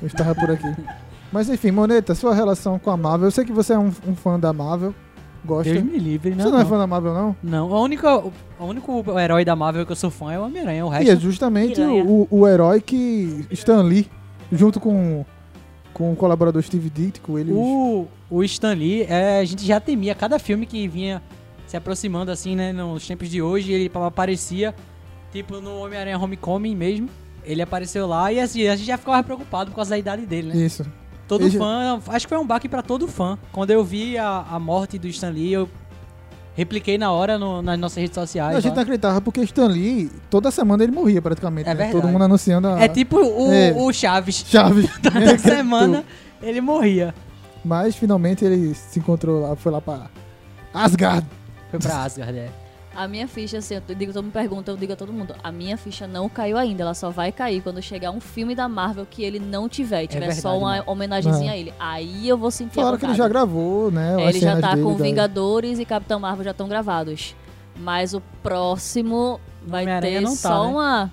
[SPEAKER 1] Eu estava por aqui. Mas enfim, Moneta, sua relação com a Marvel. Eu sei que você é um, um fã da Marvel. Gosta.
[SPEAKER 3] Deus me livre, né?
[SPEAKER 1] você não, é fã da Marvel, não?
[SPEAKER 3] Não, o único, o único herói da Marvel que eu sou fã é o Homem-Aranha, o
[SPEAKER 1] E é
[SPEAKER 3] resto...
[SPEAKER 1] justamente
[SPEAKER 7] Piranha.
[SPEAKER 1] o, o herói que Stan Lee, junto com, com o colaborador Steve Ditko, eles...
[SPEAKER 3] O, o Stan Lee, é, a gente já temia cada filme que vinha se aproximando assim, né, nos tempos de hoje, ele aparecia, tipo no Homem-Aranha Homecoming mesmo, ele apareceu lá e assim, a gente já ficava preocupado por causa da idade dele, né?
[SPEAKER 1] Isso.
[SPEAKER 3] Todo
[SPEAKER 1] Ele já-
[SPEAKER 3] fã, acho que foi um baque pra todo fã. Quando eu vi a, a morte do Stan Lee, eu repliquei na hora no- nas nossas redes sociais.
[SPEAKER 1] a gente tá-
[SPEAKER 3] lá.
[SPEAKER 1] não acreditava porque Stan Lee, toda semana ele morria praticamente.
[SPEAKER 3] É
[SPEAKER 1] né?
[SPEAKER 3] verdade.
[SPEAKER 1] Todo mundo anunciando a
[SPEAKER 3] É tipo o,
[SPEAKER 1] É.
[SPEAKER 3] o Chaves.
[SPEAKER 1] chave.
[SPEAKER 3] Toda semana ele morria.
[SPEAKER 1] Mas finalmente ele se encontrou lá, foi lá pra Asgard.
[SPEAKER 3] Foi pra Asgard, é.
[SPEAKER 5] A minha ficha, assim, eu digo, todo mundo pergunta, eu digo a todo mundo, a minha ficha não caiu ainda, ela só vai cair quando chegar um filme da Marvel que ele não tiver, e tiver só
[SPEAKER 3] É verdade,
[SPEAKER 5] uma
[SPEAKER 3] mano.
[SPEAKER 5] homenagenzinha
[SPEAKER 1] É.
[SPEAKER 5] a ele. Aí eu vou sentir
[SPEAKER 1] Falaram
[SPEAKER 5] a
[SPEAKER 1] que ele
[SPEAKER 5] vontade.
[SPEAKER 1] já gravou, né?
[SPEAKER 5] É,
[SPEAKER 1] as
[SPEAKER 5] ele já
[SPEAKER 1] cenas
[SPEAKER 5] tá
[SPEAKER 1] dele
[SPEAKER 5] com
[SPEAKER 1] da-
[SPEAKER 5] Vingadores e Capitão Marvel já estão gravados. Mas o próximo vai
[SPEAKER 3] Homem-Aranha
[SPEAKER 5] ter
[SPEAKER 3] não tá,
[SPEAKER 5] só
[SPEAKER 3] né?
[SPEAKER 5] uma.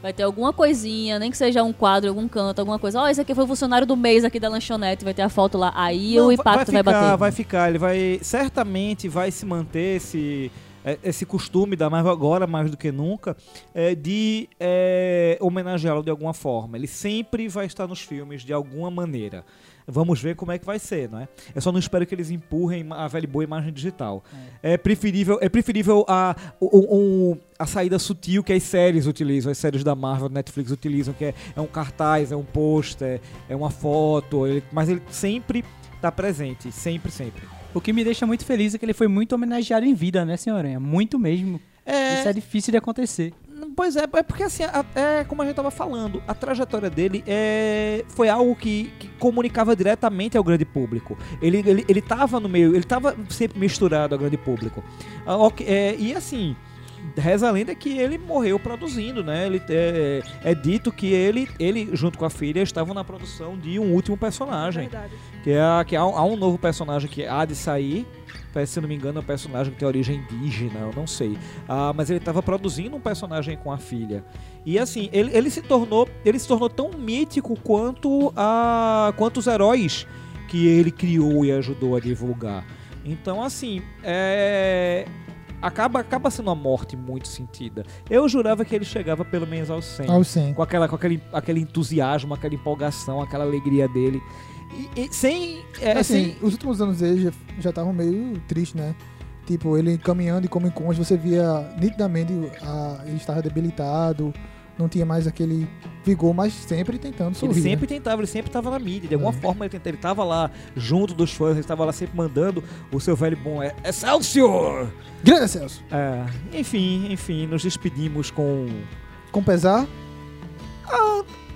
[SPEAKER 5] Vai ter alguma coisinha, nem que seja um quadro, algum canto, alguma coisa. Ó, esse aqui foi o funcionário do mês aqui da lanchonete, vai ter a foto lá. Aí
[SPEAKER 4] Não,
[SPEAKER 5] o
[SPEAKER 4] vai-
[SPEAKER 5] impacto vai,
[SPEAKER 4] vai ficar,
[SPEAKER 5] bater.
[SPEAKER 4] Vai ficar, ele vai. Certamente vai se manter esse, eh, esse costume da Marvel agora, mais do que nunca, eh, de eh, homenageá-lo de alguma forma. Ele sempre vai estar nos filmes de alguma maneira. Vamos ver como é que vai ser, não é? Eu só não espero que eles empurrem a velha e boa imagem digital. É, preferível, é preferível a, o- o- um- a saída sutil que as séries utilizam, as séries da Marvel, Netflix utilizam, que é, é um cartaz, é um pôster, é uma foto, ele- mas ele sempre tá presente, sempre, sempre.
[SPEAKER 3] O que me deixa muito feliz é que ele foi muito homenageado em vida, né, senhorinha? Muito mesmo. Isso é difícil de acontecer.
[SPEAKER 4] Pois é, é porque assim, a- é como a gente tava falando, a trajetória dele é, foi algo que, que comunicava diretamente ao grande público. Ele, ele, ele tava no meio, ele tava sempre misturado ao grande público. Ah, ok, é, e assim, reza a lenda que ele morreu produzindo, né? Ele, é, é dito que ele, ele, junto com a filha, estavam na produção de um último personagem.
[SPEAKER 6] Verdade.
[SPEAKER 4] Que, é, a- que há, um- há um novo personagem que há de sair. Parece, Se não me engano, é um personagem que tem origem indígena, eu não sei. Ah, mas ele estava produzindo um personagem com a filha. E assim, ele, ele se tornou. Ele se tornou tão mítico quanto, a, quanto os heróis que ele criou e ajudou a divulgar. Então, assim, é, Acaba, acaba sendo uma morte muito sentida. Eu jurava que ele chegava pelo menos aos 100
[SPEAKER 1] Aos 100.
[SPEAKER 4] com, aquela, com aquele, aquele entusiasmo, aquela empolgação, aquela alegria dele. E, e sem, é,
[SPEAKER 1] assim,
[SPEAKER 4] sem-
[SPEAKER 1] os últimos anos dele já, já estavam meio triste, né? Tipo, ele caminhando e como em concha, você via nitidamente a, ele estava debilitado, não tinha mais aquele vigor, mas sempre tentando
[SPEAKER 4] Ele
[SPEAKER 1] sorrir. né?
[SPEAKER 4] sempre tentava, ele sempre estava na mídia. De alguma
[SPEAKER 1] É.
[SPEAKER 4] forma ele tentava, ele tava lá junto dos fãs, ele estava lá sempre mandando o seu velho bom é Excelsior!
[SPEAKER 1] né? Grande Celso!
[SPEAKER 4] É, enfim, enfim, nos despedimos com.
[SPEAKER 1] Com pesar,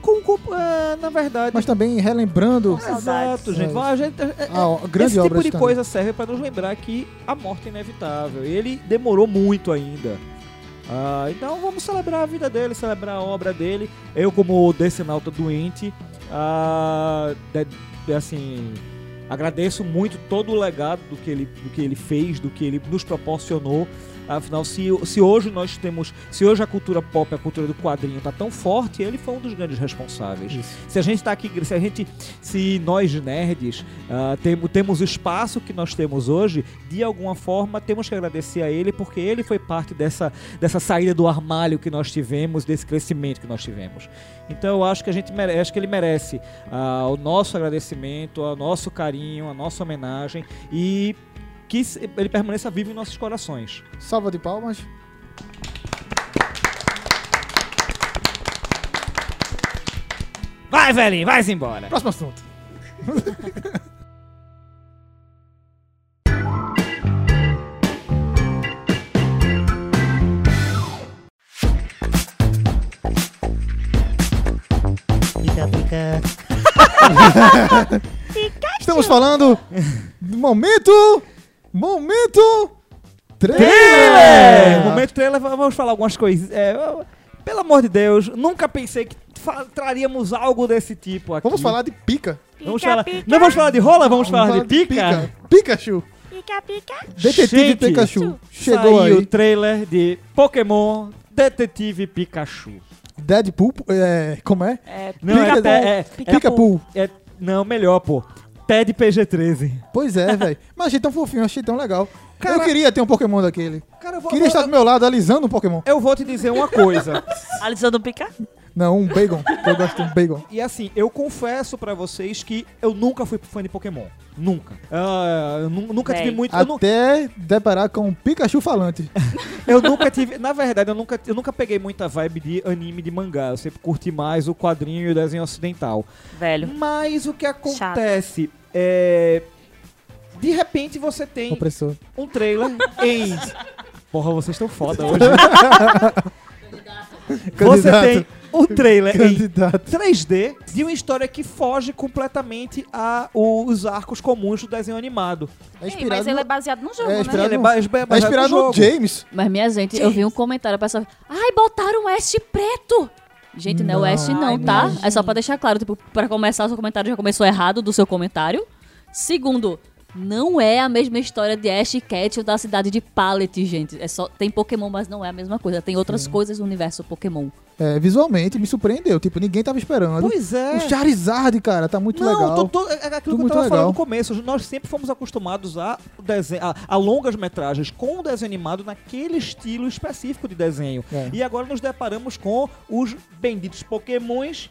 [SPEAKER 4] Com, com é, na verdade.
[SPEAKER 1] mas também relembrando
[SPEAKER 7] saudades.
[SPEAKER 4] Exato, gente.
[SPEAKER 1] É.
[SPEAKER 4] Vai, a gente- é- é-
[SPEAKER 1] a ó- grande
[SPEAKER 4] Esse
[SPEAKER 1] obra
[SPEAKER 4] tipo de coisa serve para nos lembrar que a morte é inevitável. Ele demorou muito ainda. Ah, então vamos celebrar a vida dele, celebrar a obra dele. Eu, como decenalta doente, ah, de- de- assim, agradeço muito todo o legado do que ele, do que ele fez, do que ele nos proporcionou. Afinal, se, se hoje nós temos. Se hoje a cultura pop, a cultura do quadrinho tá tão forte, ele foi um dos grandes responsáveis. Se a gente tá aqui, se a gente. Se nós nerds ah, temo- temos o espaço que nós temos hoje, de alguma forma temos que agradecer a ele, porque ele foi parte dessa, dessa saída do armário que nós tivemos, desse crescimento que nós tivemos. Então eu acho que a gente mere- acho que ele merece ah, o nosso agradecimento, o nosso carinho, a nossa homenagem e que se- ele permaneça vivo em nossos corações.
[SPEAKER 1] Salva de palmas.
[SPEAKER 4] Vai, velhinho, vai embora.
[SPEAKER 1] Próximo assunto. Estamos falando do momento. Momento.
[SPEAKER 4] É,
[SPEAKER 1] Trailer!
[SPEAKER 4] no momento trailer, va- vamos falar algumas coisas. É, eu- pelo amor de Deus, nunca pensei que fa- traríamos algo desse tipo aqui.
[SPEAKER 1] Vamos falar de pica.
[SPEAKER 4] Vamos falar- Não vamos falar de rola, vamos, falar, de pica.
[SPEAKER 1] pica. Pikachu. Detetive
[SPEAKER 4] Gente,
[SPEAKER 1] Pikachu.
[SPEAKER 4] Chegou
[SPEAKER 1] Chegou
[SPEAKER 4] Saiu o
[SPEAKER 1] aí.
[SPEAKER 4] trailer de Pokémon Detetive Pikachu.
[SPEAKER 1] Deadpool. É, como é?
[SPEAKER 7] É,
[SPEAKER 4] Não, é,
[SPEAKER 1] Pica-
[SPEAKER 4] até- é,
[SPEAKER 1] Pica-Pool.
[SPEAKER 4] é- não, melhor, pô. TED PG-13.
[SPEAKER 1] Pois é, velho. Mas achei tão fofinho, achei tão legal.
[SPEAKER 4] Cara-
[SPEAKER 1] eu queria ter um Pokémon daquele.
[SPEAKER 4] Cara, eu vou,
[SPEAKER 1] Queria
[SPEAKER 4] eu,
[SPEAKER 1] estar do meu lado alisando um Pokémon.
[SPEAKER 4] eu vou te dizer uma coisa.
[SPEAKER 7] Alisando Pica?
[SPEAKER 1] Não, um Bacon. que eu gosto de um Bacon.
[SPEAKER 4] E assim, eu confesso pra vocês que eu nunca fui fã de Pokémon. Nunca. Ah, eu nu- nunca tive
[SPEAKER 7] Véi.
[SPEAKER 4] muito. Eu, nu-
[SPEAKER 1] Até deparar com um Pikachu falante.
[SPEAKER 4] eu nunca tive. Na verdade, eu nunca, eu nunca peguei muita vibe de anime de mangá. Eu sempre curti mais o quadrinho e o desenho ocidental.
[SPEAKER 7] Velho.
[SPEAKER 4] Mas o que acontece é. De repente você tem
[SPEAKER 1] Opressor.
[SPEAKER 4] um trailer em. Porra, vocês estão foda hoje. você
[SPEAKER 1] Candidato.
[SPEAKER 4] tem um trailer em
[SPEAKER 1] Candidato.
[SPEAKER 4] 3D de uma história que foge completamente a o- os arcos comuns do desenho animado.
[SPEAKER 1] É
[SPEAKER 2] Ei, mas
[SPEAKER 1] inspirado
[SPEAKER 2] ele
[SPEAKER 1] no,
[SPEAKER 2] é baseado no jogo,
[SPEAKER 1] é
[SPEAKER 2] né?
[SPEAKER 1] inspirado-
[SPEAKER 4] Ele é
[SPEAKER 1] no-
[SPEAKER 4] ba- ba-
[SPEAKER 1] é
[SPEAKER 4] baseado
[SPEAKER 1] inspirado no
[SPEAKER 4] jogo.
[SPEAKER 1] James.
[SPEAKER 5] Mas, minha gente, eu vi um comentário, a pessoa. Ai, botaram o Ash preto! Gente, não é o Ash,
[SPEAKER 1] Não.
[SPEAKER 5] não,
[SPEAKER 1] Ai,
[SPEAKER 5] tá?
[SPEAKER 1] minha
[SPEAKER 5] É só pra deixar claro, tipo, pra começar, o seu comentário já começou errado do seu comentário. Segundo, não é a mesma história de Ash e Ketchum da cidade de Pallet, gente. É só, tem Pokémon, mas não é a mesma coisa. Tem outras coisas no universo Pokémon.
[SPEAKER 1] É, visualmente me surpreendeu. Tipo, ninguém tava esperando.
[SPEAKER 4] Pois é.
[SPEAKER 1] O Charizard, cara, tá muito
[SPEAKER 4] não,
[SPEAKER 1] legal.
[SPEAKER 4] tô- tô- é aquilo que eu
[SPEAKER 1] muito
[SPEAKER 4] tava falando
[SPEAKER 1] legal.
[SPEAKER 4] no começo. Nós sempre fomos acostumados a, desen- a, a longas metragens com o desenho animado naquele estilo específico de desenho.
[SPEAKER 1] É.
[SPEAKER 4] E agora nos deparamos com os benditos pokémons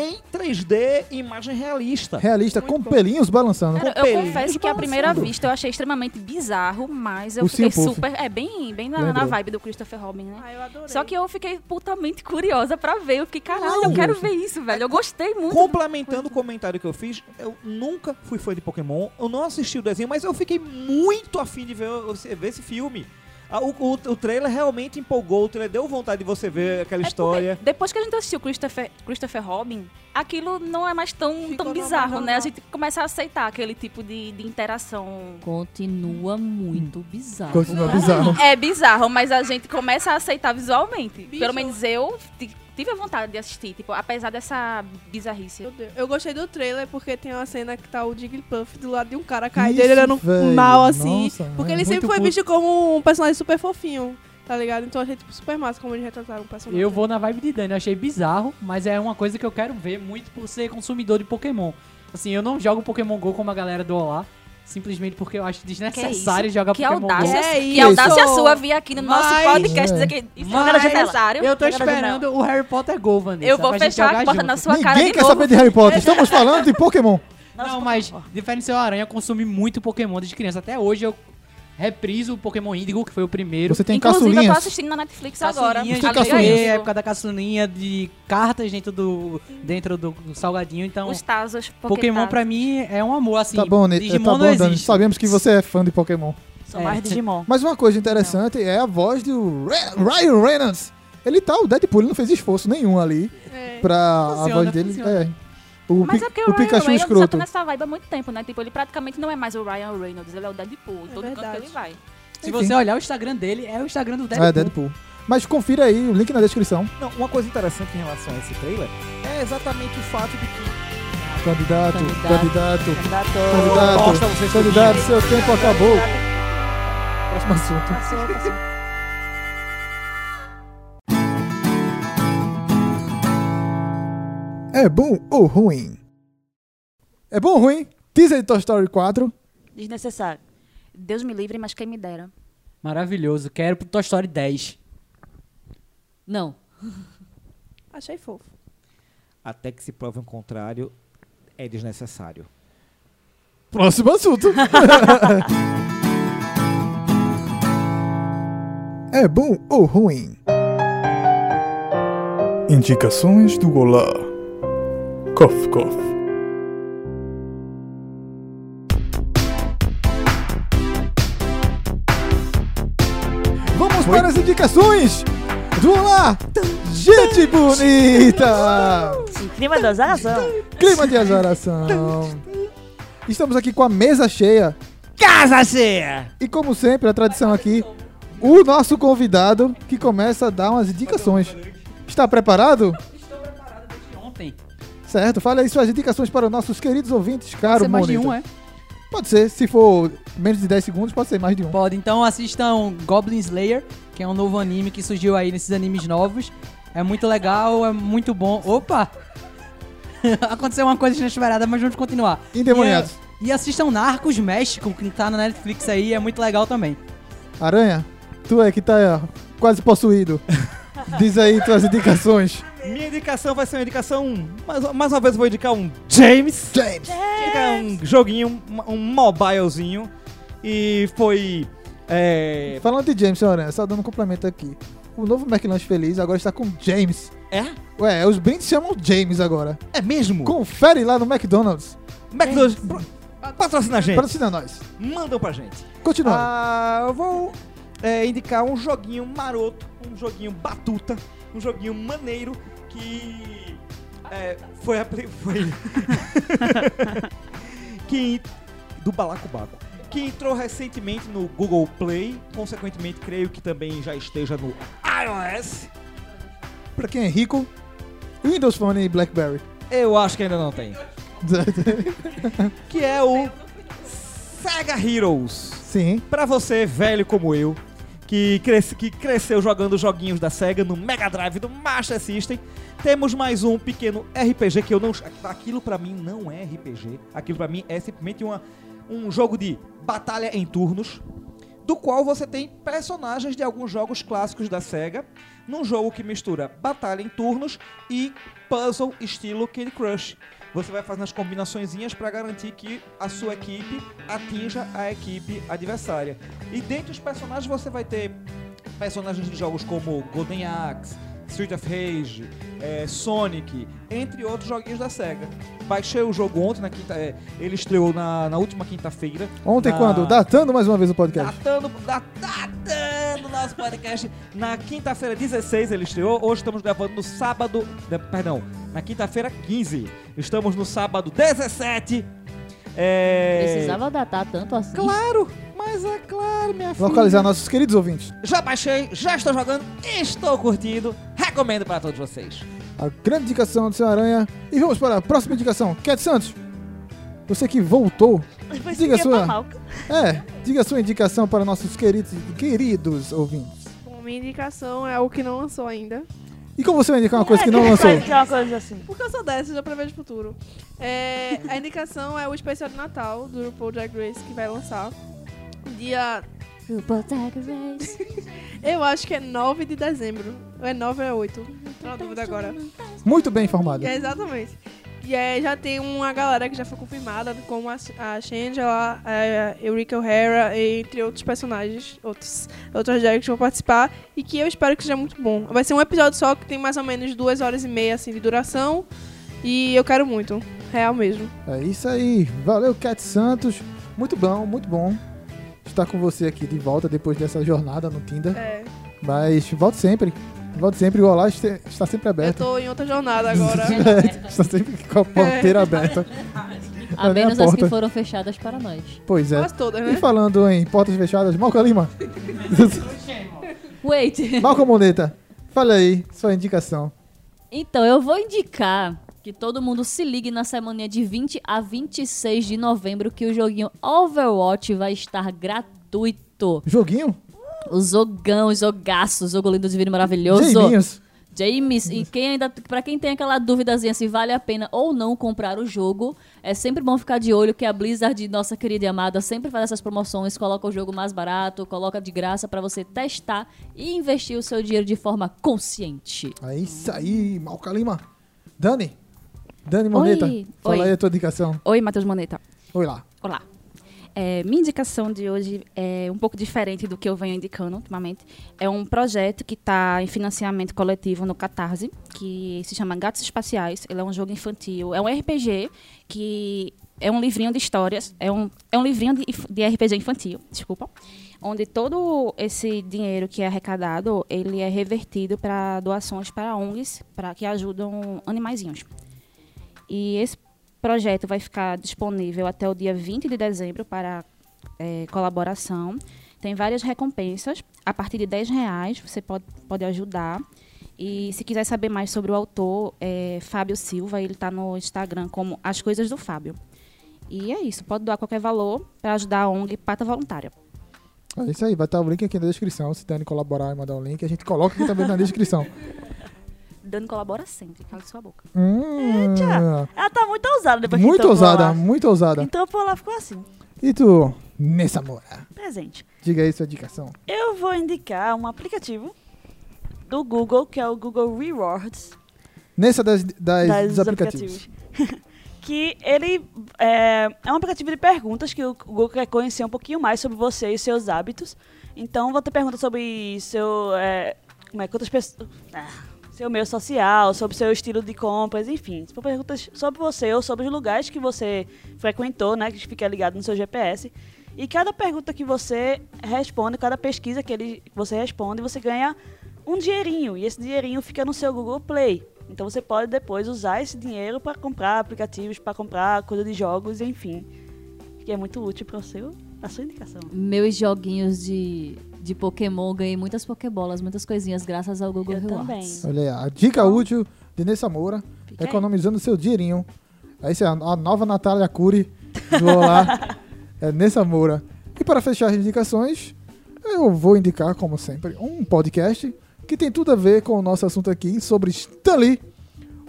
[SPEAKER 4] em 3D, imagem realista.
[SPEAKER 1] Realista,
[SPEAKER 4] Muito
[SPEAKER 1] com
[SPEAKER 4] bom.
[SPEAKER 1] pelinhos balançando.
[SPEAKER 2] Cara,
[SPEAKER 4] Com
[SPEAKER 2] eu confesso
[SPEAKER 4] pelinhos
[SPEAKER 2] que à primeira
[SPEAKER 4] balançando.
[SPEAKER 2] vista eu achei extremamente bizarro, mas eu
[SPEAKER 1] O
[SPEAKER 2] fiquei
[SPEAKER 1] Silpuff.
[SPEAKER 2] super. É bem, bem na,
[SPEAKER 1] Lembrou.
[SPEAKER 2] na vibe do Christopher Robin, né?
[SPEAKER 6] Ah, eu adorei.
[SPEAKER 2] Só que eu fiquei putamente curiosa pra ver. Eu fiquei, caralho,
[SPEAKER 4] Não,
[SPEAKER 2] eu quero
[SPEAKER 4] gente.
[SPEAKER 2] ver isso, velho. Eu gostei muito.
[SPEAKER 4] Complementando o comentário que eu fiz, eu nunca fui fã de Pokémon, eu não assisti o desenho, mas eu fiquei muito afim de ver, ver esse filme. Ah, O, o, o trailer realmente empolgou, o trailer deu vontade de você ver aquela
[SPEAKER 2] É porque
[SPEAKER 4] história.
[SPEAKER 2] Depois que a gente assistiu Christopher, Christopher Robin, aquilo não é mais tão,
[SPEAKER 6] Ficou
[SPEAKER 2] tão
[SPEAKER 6] normal,
[SPEAKER 2] bizarro, né?
[SPEAKER 6] normal.
[SPEAKER 2] A gente começa a aceitar aquele tipo de, de interação.
[SPEAKER 5] Continua muito bizarro.
[SPEAKER 1] Continua bizarro.
[SPEAKER 2] É bizarro, mas a gente começa a aceitar visualmente.
[SPEAKER 6] Bicho.
[SPEAKER 2] Pelo menos eu ti- tive a vontade de assistir, tipo, apesar dessa bizarrice.
[SPEAKER 6] Meu Deus. Eu gostei do trailer porque tem uma cena que tá o Jigglypuff do lado de um cara caindo,
[SPEAKER 1] Isso,
[SPEAKER 6] ele olhando
[SPEAKER 1] velho.
[SPEAKER 6] mal assim.
[SPEAKER 1] Nossa,
[SPEAKER 6] porque
[SPEAKER 1] é
[SPEAKER 6] ele sempre
[SPEAKER 1] muito
[SPEAKER 6] foi
[SPEAKER 1] puto.
[SPEAKER 6] visto como um personagem super fofinho, tá ligado? Então eu achei tipo, super massa como eles retrataram o personagem.
[SPEAKER 3] Eu vou na vibe de Dani, eu achei bizarro, mas é uma coisa que eu quero ver muito por ser consumidor de Pokémon. Assim, eu não jogo Pokémon GO como a galera do Olá, simplesmente porque eu acho desnecessário jogar
[SPEAKER 2] que
[SPEAKER 3] Pokémon
[SPEAKER 2] audácia,
[SPEAKER 3] GO.
[SPEAKER 6] É
[SPEAKER 2] que
[SPEAKER 6] isso.
[SPEAKER 2] audácia sua vir aqui no nosso
[SPEAKER 3] Mas-
[SPEAKER 2] podcast dizer que isso é
[SPEAKER 3] Mas-
[SPEAKER 2] necessário.
[SPEAKER 3] Eu tô esperando o Harry Potter GO, Vanessa.
[SPEAKER 2] Eu vou
[SPEAKER 3] pra gente
[SPEAKER 2] fechar
[SPEAKER 3] jogar
[SPEAKER 2] a porta
[SPEAKER 3] junto.
[SPEAKER 2] na sua cara
[SPEAKER 1] Ninguém
[SPEAKER 2] de
[SPEAKER 1] quer
[SPEAKER 2] novo.
[SPEAKER 1] saber de Harry Potter. Estamos falando de Pokémon.
[SPEAKER 3] Não, mas diferente do seu aranha, eu consumi muito Pokémon desde criança. Até hoje eu reprisa o Pokémon Índigo, que foi o primeiro.
[SPEAKER 1] Você tem
[SPEAKER 2] Inclusive, eu tô
[SPEAKER 1] caçulinhas?
[SPEAKER 2] assistindo na Netflix agora.
[SPEAKER 3] Caçulinhas,
[SPEAKER 1] Tem
[SPEAKER 2] Ali-
[SPEAKER 1] caçulinhas.
[SPEAKER 2] Isso.
[SPEAKER 3] É, a época da caçulinha de cartas dentro do, dentro do salgadinho, então...
[SPEAKER 2] Os Tazos. tá-
[SPEAKER 3] Pokémon
[SPEAKER 2] Pokétazos.
[SPEAKER 3] pra mim é um amor, assim.
[SPEAKER 1] Tá bom, Ney. Tá
[SPEAKER 3] Digimon
[SPEAKER 1] bom,
[SPEAKER 3] não
[SPEAKER 1] Dani.
[SPEAKER 3] existe.
[SPEAKER 1] Sabemos que você é fã de Pokémon.
[SPEAKER 7] Sou
[SPEAKER 3] É.
[SPEAKER 7] mais Digimon.
[SPEAKER 1] Mas uma coisa interessante é a voz do Re- Ryan Reynolds. Ele tá, o Deadpool ele não fez esforço nenhum ali
[SPEAKER 6] É.
[SPEAKER 1] pra
[SPEAKER 3] Funciona,
[SPEAKER 1] a voz dele.
[SPEAKER 3] funciona.
[SPEAKER 1] é. O,
[SPEAKER 2] Mas
[SPEAKER 1] Pi-
[SPEAKER 2] é porque
[SPEAKER 1] o
[SPEAKER 2] o Ryan
[SPEAKER 1] Pikachu
[SPEAKER 2] Reynolds já tá
[SPEAKER 1] escroto.
[SPEAKER 2] nessa vibe há muito tempo, né? Tipo, ele praticamente não é mais o Ryan Reynolds, ele é o Deadpool. Em
[SPEAKER 6] É
[SPEAKER 2] todo canto que
[SPEAKER 6] verdade.
[SPEAKER 2] ele vai.
[SPEAKER 3] Se
[SPEAKER 1] é- Enfim.
[SPEAKER 3] você olhar o Instagram dele, é o Instagram do Deadpool.
[SPEAKER 1] É, Deadpool. Mas confira aí o link na descrição.
[SPEAKER 4] Não, uma coisa interessante em relação a esse trailer é exatamente o fato de que.
[SPEAKER 1] Candidato, candidato,
[SPEAKER 7] Candidato.
[SPEAKER 1] candidato,
[SPEAKER 4] Bosta, vocês
[SPEAKER 1] candidato, seu tempo acabou. Próximo assunto. É bom ou ruim? É bom ou ruim? Teaser de Toy Story 4.
[SPEAKER 7] Desnecessário.
[SPEAKER 2] Deus me livre, mas quem me dera.
[SPEAKER 3] Maravilhoso. Quero pro Toy Story 10.
[SPEAKER 5] Não.
[SPEAKER 6] Achei fofo.
[SPEAKER 4] Até que se prove o contrário, é desnecessário.
[SPEAKER 1] Próximo assunto. é bom ou ruim?
[SPEAKER 9] Indicações do Olá. Cof, cof.
[SPEAKER 1] Vamos para as indicações. Vamos lá. Gente bonita.
[SPEAKER 7] Incrível da azaração.
[SPEAKER 1] Clima de azaração. Estamos aqui com a mesa cheia.
[SPEAKER 4] Casa cheia!
[SPEAKER 1] E como sempre, a tradição aqui, o nosso convidado que começa a dar umas indicações. Está preparado?
[SPEAKER 3] Ontem.
[SPEAKER 1] Certo, fala aí suas indicações para os nossos queridos ouvintes, caro
[SPEAKER 3] Ser mais de um,
[SPEAKER 1] Mônica.
[SPEAKER 3] é?
[SPEAKER 1] Pode ser, se for menos de 10 segundos, pode ser mais de um.
[SPEAKER 3] Pode, então assistam Goblin Slayer, que é um novo anime que surgiu aí nesses animes novos. É muito legal, é muito bom. Opa! Aconteceu uma coisa inesperada, mas vamos continuar.
[SPEAKER 1] Endemoniados.
[SPEAKER 3] E, e assistam Narcos México, que tá na Netflix aí, é muito legal também.
[SPEAKER 1] Aranha, tu é que tá ó, quase possuído. Diz aí tuas indicações.
[SPEAKER 4] Minha indicação vai ser uma indicação. Mais, mais uma vez eu vou indicar um James.
[SPEAKER 1] James.
[SPEAKER 4] Indicar um joguinho, um, um mobilezinho. E foi. É.
[SPEAKER 1] Falando de James, senhor Aranha, só dando um complemento aqui. O novo McLanche Feliz agora está com James.
[SPEAKER 4] É?
[SPEAKER 1] Ué, os brindes chamam James agora.
[SPEAKER 4] É mesmo?
[SPEAKER 1] Confere lá no McDonald's.
[SPEAKER 4] McDonald's. pro- Patrocina a gente.
[SPEAKER 1] Patrocina nós.
[SPEAKER 4] Mandam pra gente.
[SPEAKER 1] Continua.
[SPEAKER 4] Ah, eu vou é, indicar um joguinho maroto, um joguinho batuta, um joguinho maneiro que é, foi apli- foi que do Balacobaco. Que entrou recentemente no Google Play, consequentemente creio que também já esteja no iOS.
[SPEAKER 1] Pra quem é rico, Windows Phone e BlackBerry.
[SPEAKER 4] Eu acho que ainda não tem. Que é o Sega Heroes.
[SPEAKER 1] Sim.
[SPEAKER 4] Pra você, velho como eu, que, cresce- que cresceu jogando joguinhos da SEGA no Mega Drive do Master System, temos mais um pequeno RPG que eu não. Aquilo pra mim não é RPG. Aquilo pra mim é simplesmente uma, um jogo de batalha em turnos, do qual você tem personagens de alguns jogos clássicos da SEGA, num jogo que mistura batalha em turnos e puzzle estilo Candy Crush. Você vai fazendo as combinaçõezinhas para garantir que a sua equipe atinja a equipe adversária. E dentre os personagens você vai ter personagens de jogos como Golden Axe, Street of Rage, eh, Sonic, entre outros joguinhos da SEGA. Baixei o jogo ontem, na quinta, eh, ele estreou na, na última quinta-feira.
[SPEAKER 1] Ontem
[SPEAKER 4] na-
[SPEAKER 1] quando? Datando mais uma vez o podcast.
[SPEAKER 4] Datando, da- datando nosso podcast. Na quinta-feira 16 ele estreou. Hoje estamos gravando no sábado. de- Perdão, na quinta-feira 15. Estamos no sábado 17. É...
[SPEAKER 5] Precisava datar tanto assim.
[SPEAKER 4] Claro, mas é claro, minha filha.
[SPEAKER 1] Localizar nossos queridos ouvintes.
[SPEAKER 4] Já baixei, já estou jogando, estou curtindo. Recomendo para todos vocês.
[SPEAKER 1] A grande indicação do Senhor Aranha. E vamos para a próxima indicação. Cat Santos, você que voltou. Diga a
[SPEAKER 2] Tá
[SPEAKER 1] sua. É, diga a sua indicação para nossos queridos, queridos ouvintes.
[SPEAKER 6] Bom, minha indicação é o que não lançou ainda.
[SPEAKER 1] E como você vai indicar uma coisa que não lançou?
[SPEAKER 7] Que é uma coisa assim.
[SPEAKER 6] Porque eu sou dessa, eu já prevejo o futuro. É, a indicação é o especial de Natal do RuPaul Drag Race que vai lançar. Dia. Eu acho que é 9 de dezembro. Ou é 9 ou é 8? Tô na dúvida agora.
[SPEAKER 1] Muito bem informado.
[SPEAKER 6] É, exatamente. E aí já tem uma galera que já foi confirmada, como a, a Shangela, a Eureka O'Hara, entre outros personagens, outros, outras drags que vão participar, e que eu espero que seja muito bom. Vai ser um episódio só que tem mais ou menos duas horas e meia assim, de duração, e eu quero muito, real mesmo.
[SPEAKER 1] É isso aí. Valeu, Cat Santos. Muito bom, muito bom estar com você aqui de volta depois dessa jornada no Tinder.
[SPEAKER 6] É,
[SPEAKER 1] Mas volte sempre. Volte sempre. O Olá este- está sempre
[SPEAKER 6] eu
[SPEAKER 1] aberto.
[SPEAKER 6] tô em outra jornada agora.
[SPEAKER 1] está sempre com a porteira aberta.
[SPEAKER 5] A
[SPEAKER 1] Na minha
[SPEAKER 5] menos as que
[SPEAKER 1] porta.
[SPEAKER 5] foram fechadas para nós.
[SPEAKER 1] Pois é.
[SPEAKER 6] Quase todas,
[SPEAKER 1] E
[SPEAKER 6] né?
[SPEAKER 1] falando em portas fechadas, Malca Lima.
[SPEAKER 5] Wait.
[SPEAKER 1] Malca Moneta. Fala aí, sua indicação.
[SPEAKER 5] Então, eu vou indicar que todo mundo se ligue na semana de 20 a 26 de novembro que o joguinho Overwatch vai estar gratuito.
[SPEAKER 1] Joguinho?
[SPEAKER 5] O Zogão, o Zogaço, o Zogo lindo, divino, e maravilhoso.
[SPEAKER 1] Jaminhos.
[SPEAKER 5] James, e quem ainda, para quem tem aquela duvidazinha se vale a pena ou não comprar o jogo, é sempre bom ficar de olho que a Blizzard, nossa querida e amada, sempre faz essas promoções, coloca o jogo mais barato, coloca de graça pra você testar e investir o seu dinheiro de forma consciente.
[SPEAKER 1] É isso aí, Malca Lima. Dani. Dani Moneta. Fala
[SPEAKER 2] oi.
[SPEAKER 1] aí a tua indicação.
[SPEAKER 2] Oi, Matheus Moneta.
[SPEAKER 1] Oi lá.
[SPEAKER 2] Olá. É, minha indicação de hoje é um pouco diferente do que eu venho indicando ultimamente. É um projeto que está em financiamento coletivo no Catarse, que se chama Gatos Espaciais. Ele é um jogo infantil, é um RPG que é um livrinho de histórias, é um, é um livrinho de, inf- de RPG infantil, desculpa, onde todo esse dinheiro que é arrecadado, ele é revertido para doações para ONGs, para que ajudam animaizinhos. E esse projeto vai ficar disponível até o dia 20 de dezembro para eh, colaboração. Tem várias recompensas. A partir de 10 reais você pode, pode ajudar. E se quiser saber mais sobre o autor, é Fábio Silva, ele está no Instagram como As Coisas do Fábio. E é isso, pode doar qualquer valor para ajudar a ONG Pata Voluntária.
[SPEAKER 1] É isso aí, vai estar o link aqui na descrição. Se Dani colaborar e mandar o link, a gente coloca aqui também na descrição.
[SPEAKER 2] Dando colabora sempre, cala sua boca.
[SPEAKER 1] Hum,
[SPEAKER 7] Ela tá muito ousada depois que
[SPEAKER 1] muito
[SPEAKER 7] entrou por
[SPEAKER 1] ousada,
[SPEAKER 7] lá.
[SPEAKER 1] muito ousada.
[SPEAKER 7] Então por lá ficou assim,
[SPEAKER 1] E tu, Nessa Moura?
[SPEAKER 7] presente.
[SPEAKER 1] Diga aí sua indicação.
[SPEAKER 7] Eu vou indicar um aplicativo do Google, que é o Google Rewards,
[SPEAKER 1] Nessa das, das,
[SPEAKER 7] das-
[SPEAKER 1] dos aplicativos.
[SPEAKER 7] aplicativos. que ele é, é um aplicativo de perguntas que o Google quer conhecer um pouquinho mais sobre você e seus hábitos. Então, vou ter perguntas sobre seu. É, como é, quantas pessoas. seu meio social, sobre seu estilo de compras, enfim. São perguntas sobre você ou sobre os lugares que você frequentou, né? Que fica ligado no seu GPS. E cada pergunta que você responde, cada pesquisa que ele, que você responde, você ganha um dinheirinho. E esse dinheirinho fica no seu Google Play. Então você pode depois usar esse dinheiro para comprar aplicativos, para comprar coisa de jogos, enfim. Que é muito útil para seu, a sua indicação.
[SPEAKER 5] Meus joguinhos de, de Pokémon, ganhei muitas Pokébolas, muitas coisinhas graças ao Google
[SPEAKER 7] Eu
[SPEAKER 5] Rewards.
[SPEAKER 7] também.
[SPEAKER 1] Olha aí, a dica útil de Nessa Moura, é
[SPEAKER 7] Fica aí.
[SPEAKER 1] economizando seu dinheirinho. Aí você é a a nova Natália Cury do Olá, é Nessa Moura. E para fechar as indicações, eu vou indicar, como sempre, um podcast que tem tudo a ver com o nosso assunto aqui sobre Stanley,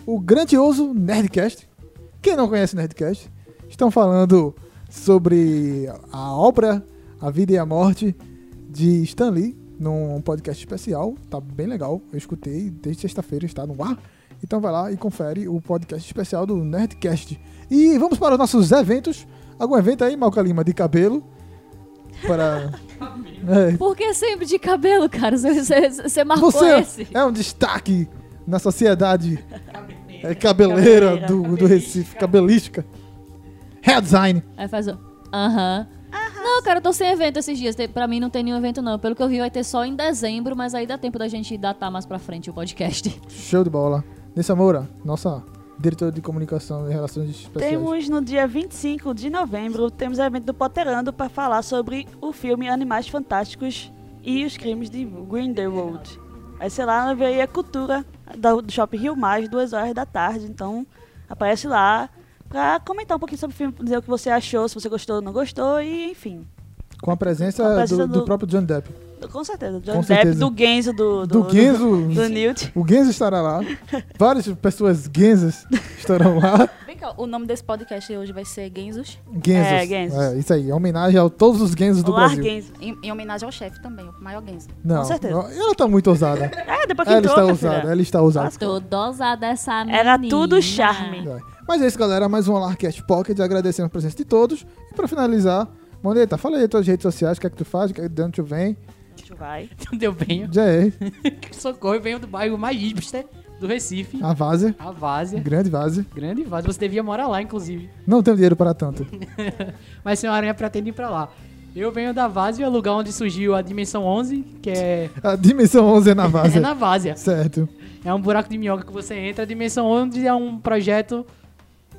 [SPEAKER 1] o grandioso Nerdcast. Quem não conhece o Nerdcast? Estão falando sobre a obra, a vida e a morte de Stan Lee num podcast especial. Tá bem legal. Eu escutei desde sexta-feira, está no ar. Então vai lá e confere o podcast especial do Nerdcast. E vamos para os nossos eventos. Algum evento aí, Malca Lima, de cabelo? Para. É,
[SPEAKER 5] Por que sempre de cabelo, cara? Você- Você você marcou
[SPEAKER 1] você
[SPEAKER 5] esse.
[SPEAKER 1] é um destaque na sociedade é, cabeleira,
[SPEAKER 7] Cabeleira.
[SPEAKER 1] do, do Recife, cabelística. Hair design.
[SPEAKER 5] Aí faz o. Aham. Não, cara, eu tô sem evento esses dias. Te- Pra mim não tem nenhum evento, não. Pelo que eu vi, vai ter só em dezembro, mas aí dá tempo da gente datar mais pra frente o podcast.
[SPEAKER 1] Show de bola. Nessa Moura, nossa diretora de comunicação e relações especiais.
[SPEAKER 7] Temos no dia 25 de novembro, temos o evento do Potterando para falar sobre o filme Animais Fantásticos e os Crimes de Grindelwald. Vai ser lá na Veia Cultura da- do Shopping Rio Mais, duas horas da tarde, então aparece lá para comentar um pouquinho sobre o filme, dizer o que você achou, se você gostou ou não gostou, e enfim.
[SPEAKER 1] Com a presença,
[SPEAKER 7] Com a presença
[SPEAKER 1] do, do
[SPEAKER 7] do-
[SPEAKER 1] próprio John Depp.
[SPEAKER 7] Com certeza,
[SPEAKER 1] Com
[SPEAKER 7] John Depp,
[SPEAKER 1] certeza.
[SPEAKER 7] do Genzo, do,
[SPEAKER 1] Do, Genzo.
[SPEAKER 7] do Newt.
[SPEAKER 1] O Genzo estará lá. Várias pessoas Genzas estarão lá.
[SPEAKER 2] Vem cá, o nome desse podcast hoje vai ser Genzos,
[SPEAKER 1] Genzos.
[SPEAKER 7] É, Genzos.
[SPEAKER 1] É, isso aí. é homenagem a todos os Genzos do
[SPEAKER 7] Olá,
[SPEAKER 1] Brasil.
[SPEAKER 7] Genzo.
[SPEAKER 2] em, em homenagem ao chefe também, o maior Genzo.
[SPEAKER 1] Não,
[SPEAKER 7] Com certeza.
[SPEAKER 1] não, Ela tá muito ousada.
[SPEAKER 7] É, depois que
[SPEAKER 1] ela
[SPEAKER 7] entrou,
[SPEAKER 1] está
[SPEAKER 7] minha filha.
[SPEAKER 1] ousada. Ela está ousada.
[SPEAKER 5] Tô dosada essa menina.
[SPEAKER 7] Era tudo charme.
[SPEAKER 1] É. Mas é isso, galera. Mais um Alarcast Pocket. Agradecendo a presença de todos. E pra finalizar, Moneta, fala aí tuas redes sociais, o que é que tu faz, o que é que de onde tu vem.
[SPEAKER 7] Deixa eu vai.
[SPEAKER 3] Deu bem.
[SPEAKER 1] Já é.
[SPEAKER 3] Socorro, eu venho do bairro mais hipster do Recife.
[SPEAKER 1] A Vaza.
[SPEAKER 3] A Várzea.
[SPEAKER 1] Grande Vaza.
[SPEAKER 3] Grande Várzea. Você devia morar lá, inclusive.
[SPEAKER 1] Não tenho dinheiro para tanto.
[SPEAKER 3] Mas senhor Aranha pretende ir pra lá. Eu venho da Várzea, lugar onde surgiu a Dimensão 11, que é,
[SPEAKER 1] A dimensão 11 é na Vaza.
[SPEAKER 3] é na Várzea.
[SPEAKER 1] Certo.
[SPEAKER 3] É um buraco de minhoca que você entra. A Dimensão 11 é um projeto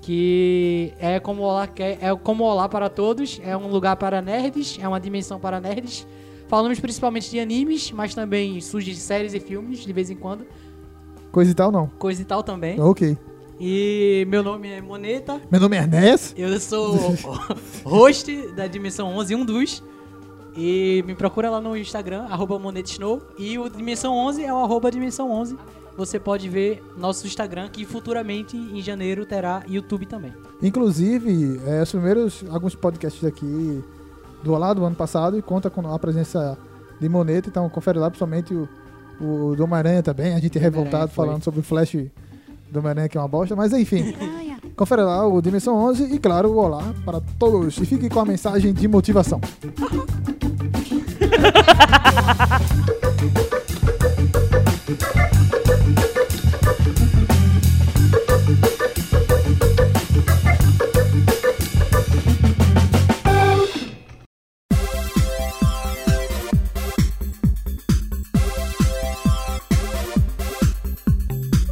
[SPEAKER 3] que é como olá, que é é como olá para todos. É um lugar para nerds, é uma dimensão para nerds. Falamos principalmente de animes, mas também surgem séries e filmes de vez em quando.
[SPEAKER 1] Coisa e tal, não.
[SPEAKER 3] Coisa e tal também.
[SPEAKER 1] Ok.
[SPEAKER 3] E meu nome é Moneta.
[SPEAKER 1] Meu nome é Ernest.
[SPEAKER 3] Eu sou o host da Dimensão 11, um dos. E me procura lá no Instagram, arroba MonetaSnow. E o Dimensão 11 é o arroba Dimensão 11. Você pode ver nosso Instagram, que futuramente, em janeiro, terá YouTube também.
[SPEAKER 1] Inclusive, eh, os primeiros, alguns podcasts aqui do Olá do ano passado e conta com a presença de Moneta, então confere lá, principalmente o, o do Homem-Aranha também, a gente é revoltado
[SPEAKER 3] Homem-Aranha, foi.
[SPEAKER 1] falando sobre o Flash do Homem-Aranha, que é uma bosta, mas enfim, confere lá o Dimensão 11 e claro, o Olá para todos. E fique com a mensagem de motivação.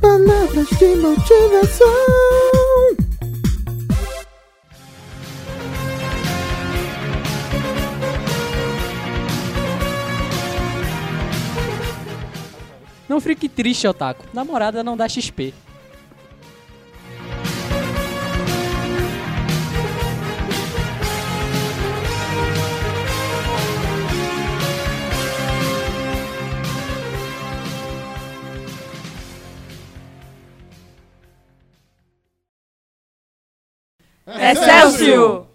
[SPEAKER 1] Palavras de motivação.
[SPEAKER 3] Não fique triste, Otaku. Namorada não dá XP.
[SPEAKER 7] Excelsior!